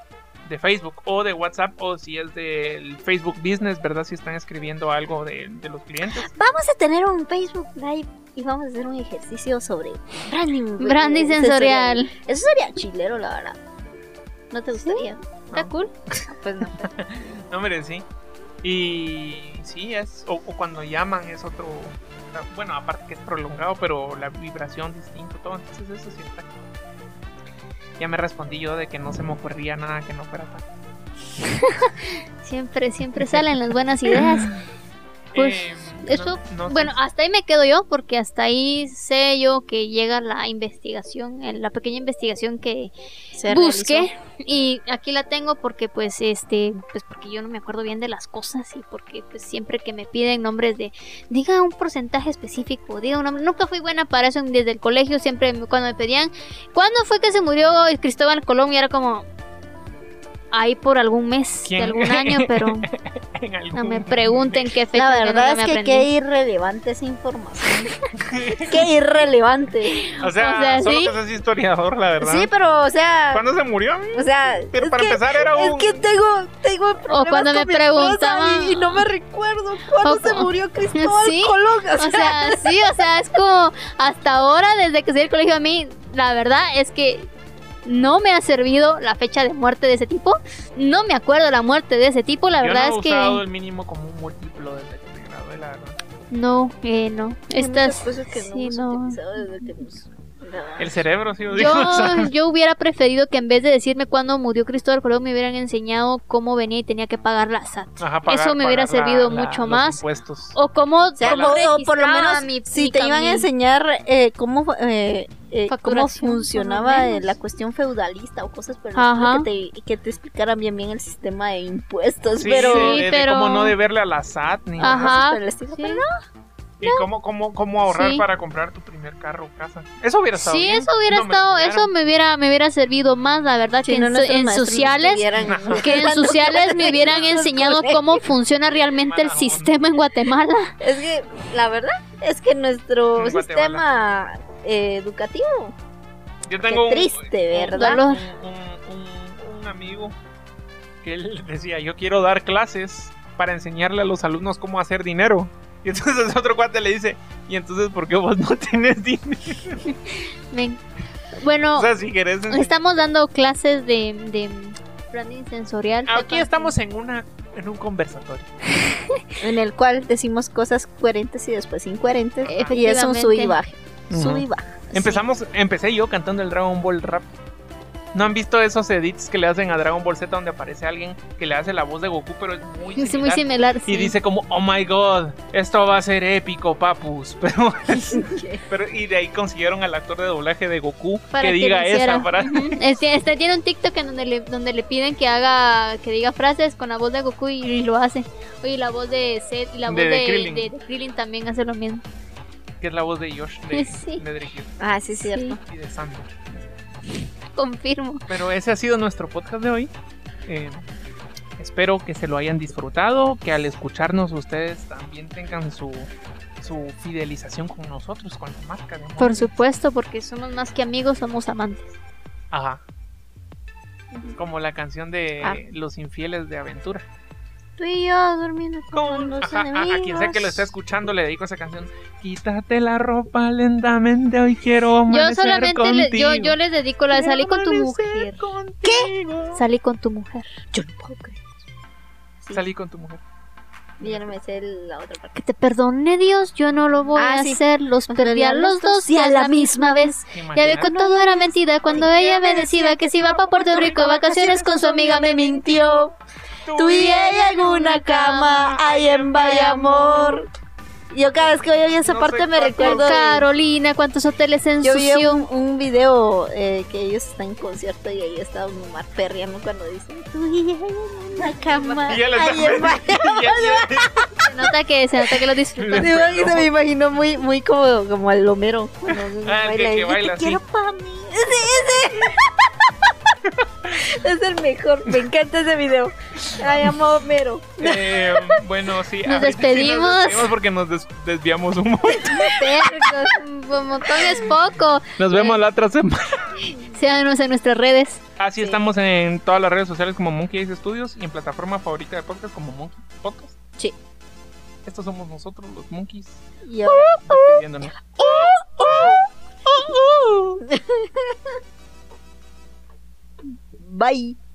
A: de Facebook o de WhatsApp. O si es del Facebook Business, ¿verdad? Si están escribiendo algo de, de los clientes.
C: Vamos a tener un Facebook Live y vamos a hacer un ejercicio sobre branding.
B: Brandy sensorial.
C: Eso sería chilero, la verdad. ¿No te gustaría?
B: Está
A: No.
B: cool.
C: Pues no.
A: No, miren, sí. Y sí, es. O, o cuando llaman es otro. ah, Bueno, aparte que es prolongado, pero la vibración distinto, todo. Entonces, eso sí está. Ya me respondí yo de que no se me ocurría nada que no fuera tal.
B: Siempre, siempre salen las buenas ideas. Pues, eso-
A: Eh, no sé.
B: Bueno, hasta ahí me quedo yo porque hasta ahí sé yo que llega la investigación, eh, la pequeña investigación que
C: Se
B: busqué
C: realizó.
B: y aquí la tengo porque pues este, pues porque yo no me acuerdo bien de las cosas y porque pues siempre que me piden nombres de diga un porcentaje específico, diga un nombre, nunca fui buena para eso desde el colegio, siempre me- cuando me pedían, ¿cuándo fue que se murió Cristóbal Colón? Y era como ahí por algún mes,
A: ¿Quién?
B: de algún año, pero
A: En algún
B: No me
A: momento.
B: pregunten qué fecha.
C: La
B: yo
C: verdad
B: nunca me
C: es que
B: aprendí.
C: qué irrelevante esa información. qué irrelevante.
A: O sea,
B: o sea,
A: solo
B: sí.
A: que sos historiador, la verdad.
C: Sí, pero o sea,
A: ¿Cuándo se murió?
C: o sea,
A: Pero
C: es
A: para
C: que-
A: empezar era
C: Es
A: un.
C: que tengo, tengo problemas
B: cuando
C: con
B: me
C: mi esposa
B: preguntaban-
C: y, y no me recuerdo cuándo
B: O
C: se
B: cu-
C: murió Cristóbal
B: Sí,
C: Colón. O
B: O
C: sea,
B: sea, sí, o sea, es como hasta ahora, desde que soy del colegio a mí, la verdad es que no me ha servido la fecha de muerte de ese tipo. No me acuerdo la muerte de ese tipo. La
A: Yo no
B: verdad
A: he
B: es
A: usado
B: que
A: el mínimo como un múltiplo desde que me gradué, la verdad.
B: no, eh, no.
C: hay muchas
B: Estas
C: cosas que no
B: sí,
C: hemos
B: no.
C: utilizado desde que hemos-
A: El cerebro, sí, lo digo. o sea.
B: Yo, yo hubiera preferido que en vez de decirme cuándo murió Cristóbal Colón, me hubieran enseñado cómo venía y tenía que pagar la SAT.
A: Ajá, pagar-
B: Eso me hubiera
A: pagar
B: servido mucho
A: los
B: más.
A: impuestos.
B: O cómo,
C: O sea,
B: cómo
C: o- o por lo
B: registraba
C: menos
B: mi-
C: si
B: mi
C: te iban a
B: cami-
C: enseñar eh, cómo eh, eh, cómo
B: Facturación, por
C: funcionaba eh,
B: lo menos.
C: la cuestión feudalista o cosas por el
B: Ajá.
C: estilo, que te, que te explicaran bien bien el sistema de impuestos,
A: Sí,
C: pero...
A: de-
B: Sí,
A: de
B: pero-
A: cómo no deberle a la SAT ni
B: Ajá.
A: nada.
C: cosas por el estilo,
B: Sí.
C: pero
A: Y cómo, cómo, cómo ahorrar
B: Sí.
A: para comprar tu primer carro o casa. Eso hubiera estado
B: Sí,
A: bien.
B: eso hubiera
A: ¿eh? No me
B: estado,
A: enseñaron.
B: eso me hubiera, me hubiera servido más, la verdad,
C: si
B: que
C: no,
B: en, so-
C: nuestros
B: en
C: maestros nos
B: sociales,
C: tuvieran-
B: que en
C: dando
B: sociales
C: clases
B: me
C: en
B: hubieran
C: los
B: enseñado
C: colegios.
B: cómo funciona realmente el
A: Mala onda.
B: sistema en Guatemala.
C: Es que, la verdad, es que nuestro
A: En Guatemala.
C: sistema eh, educativo,
A: Yo
C: qué
A: tengo un-
C: triste,
A: un-
C: ¿verdad?
B: Dolor.
A: un, un- un- un amigo que él decía, yo quiero dar clases para enseñarle a los alumnos cómo hacer dinero. Y entonces otro cuate le dice, ¿y entonces por qué vos no tenés dinero?
B: Ven. Bueno,
A: O sea, si querés... enseñar-
B: estamos dando clases de, de branding sensorial.
A: Aquí Ah, estamos en una en un conversatorio.
C: en el cual decimos cosas coherentes y después incoherentes.
B: Ajá.
C: Y es un sub y
B: Efectivamente.
C: baja. Sub y
A: Ujú.
C: baja.
A: Empezamos, empecé yo cantando el Dragon Ball rap. ¿No han visto esos edits que le hacen a Dragon Ball Z donde aparece alguien que le hace la voz de Goku, pero es muy
B: Es muy
A: similar?
B: similar.
A: Y
B: sí.
A: dice como, oh my god, esto va a ser épico, papus. Pero, pero y de ahí consiguieron al actor de doblaje de Goku
B: Para
A: que
B: que
A: diga
B: lo
A: esa
B: hiciera.
A: frase.
B: Ujú. Este, este tiene un TikTok en donde le, donde le piden que haga que diga frases con la voz de Goku y, y lo hace. Oye, la voz de Seth y la
A: De-
B: voz
A: de
B: de,
A: Krillin.
B: de- de Krillin también hace lo mismo.
A: Que es la voz de Josh, de,
B: Sí.
A: de Drake Hill
C: Ah, sí, es cierto.
A: y de Sandro.
B: Confirmo.
A: Pero ese ha sido nuestro podcast de hoy. Eh, espero que se lo hayan disfrutado, que al escucharnos ustedes también tengan su, su fidelización con nosotros, con la marca. de
B: Por
A: Móvil.
B: supuesto, porque somos más que amigos, somos amantes.
A: Ajá. Como la canción de
C: Ah.
A: Los Infieles de Aventura.
C: Tú y yo durmiendo como
A: Con-
C: los
A: ajá, a, a quien sea que lo esté
C: enemigos.
A: escuchando le dedico esa canción. Quítate la ropa lentamente, hoy quiero amanecer
B: Yo solamente le- yo, yo les dedico la de
A: Quiero
B: salí con tu
A: amanecer
B: mujer.
A: contigo.
B: Salí con tu mujer.
C: Yo no puedo creer. Sí.
A: Salí con tu mujer.
C: Yo no me sé la otra parte.
B: Que te perdone Dios, yo no lo voy
C: Ah,
B: a
C: sí.
B: hacer. Los perdí a los dos y a la misma vez. Ya ve que
A: Imagínate.
B: todo era mentira cuando ella me decía que si iba para Puerto Rico de vacaciones con su amiga me mintió.
C: Tú y ella en una cama, ahí en Bayamor. Yo cada vez que oigo esa
A: No sé
C: parte
A: cuánto-
C: me
B: Con
C: recuerdo. de-
B: Carolina, cuántos hoteles
C: Yo vi
B: ensució.
C: un, un video eh, que ellos están en concierto y ahí está Don Omar perreando cuando dice Tú y ella en una cama.
A: Y él está-
C: ahí en Bayamor".
A: Y ella-
B: Se nota que, se nota que lo disfrutan.
C: Digo, y se me imaginó muy, muy como, como al Homero. cuando
A: Ah, el que-
C: y
A: que
C: yo
A: baila,
C: te
A: sí.
C: quiero pa' mí. Ese, ese. es el mejor. Me encanta ese video. Ay, amo a Homero.
A: Eh, bueno, sí.
B: Nos
A: ahorita sí
B: despedimos.
A: nos despedimos porque nos des- desviamos un montón.
B: Perros, Un montón es poco.
A: Nos vemos la otra semana.
B: Síganos en nuestras redes.
A: Así
C: Sí.
A: estamos en todas las redes sociales como Monkey Ace Studios y en plataforma favorita de podcast como Monkey Podcast.
C: Sí.
A: Estos somos nosotros, los monkeys,
C: Y ahora-
A: despidiéndonos.
C: Bye.